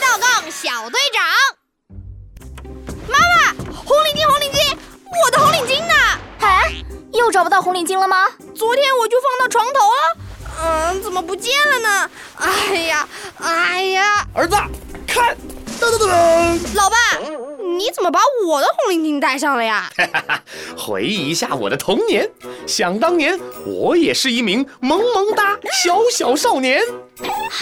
报告小队长。妈妈，红领巾，红领巾，我的红领巾呢？哎，又找不到红领巾了吗？昨天我就放到床头了，嗯、怎么不见了呢？哎呀，哎呀，儿子，看，噔噔噔老爸，你怎么把我的红领巾戴上了呀？噔！回忆一下我的童年，想当年我也是一名萌萌哒小小少年。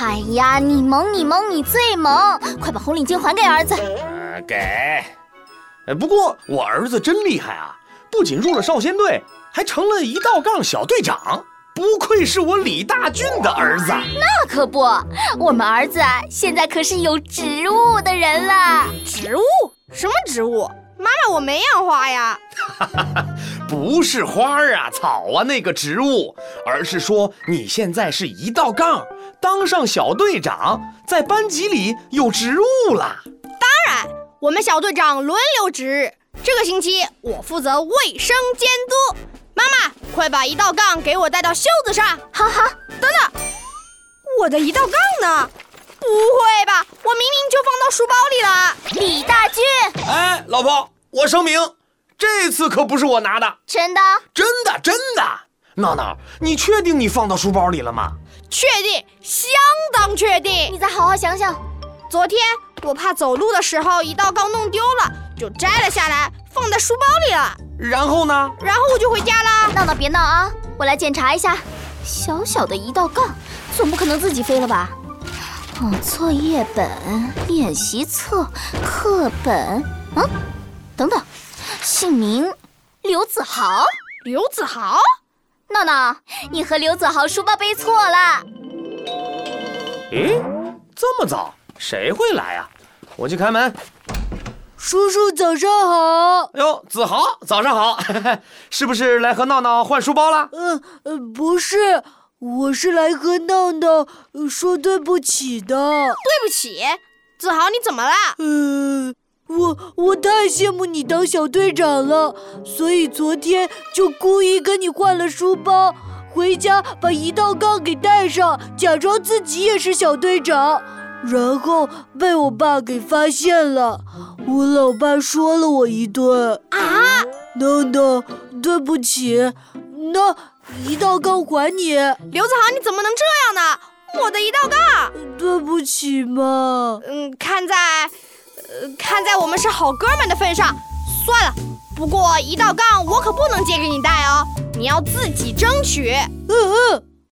哎呀，你萌你萌你最萌！快把红领巾还给儿子。呃，给。呃不过我儿子真厉害啊，不仅入了少先队，还成了一道杠小队长。不愧是我李大俊的儿子。那可不，我们儿子啊，现在可是有职务的人了。植物？什么植物？妈妈，我没养花呀。不是花儿啊、草啊那个植物，而是说你现在是一道杠，当上小队长，在班级里有职务啦。我们小队长轮流值日，这个星期我负责卫生监督。妈妈，快把一道杠给我带到袖子上。好好，我的一道杠呢？不会吧，我明明就放到书包里了。李大俊，哎，老婆，我声明，这次可不是我拿的，真的？真的真的。闹闹，你确定你放到书包里了吗？确定，相当确定。你再好好想想。昨天我怕走路的时候一道杠弄丢了，就摘了下来，放在书包里了。然后呢？然后我就回家啦。闹闹别闹啊，我来检查一下。小小的一道杠，总不可能自己飞了吧？哦，作业本、练习册、课本，嗯，等等，姓名刘子豪。刘子豪，闹闹，你和刘子豪书包背错了。诶，嗯这么早，谁会来啊？我去开门。叔叔早上好。哟，子豪，早上好， 是不是来和闹闹换书包了？嗯，呃，不是，我是来和闹闹呃说对不起的。对不起，子豪，你怎么啦？嗯，我我太羡慕你当小队长了，所以昨天就故意跟你换了书包，回家把一道杠给带上，假装自己也是小队长，然后被我爸给发现了，我老爸说了我一顿。啊，闹闹，对不起，那一道杠还你。刘子豪，你怎么能这样呢？我的一道杠。对不起嘛，嗯，看在，呃，看在我们是好哥们的份上，算了。不过一道杠我可不能借给你带哦，你要自己争取。嗯嗯，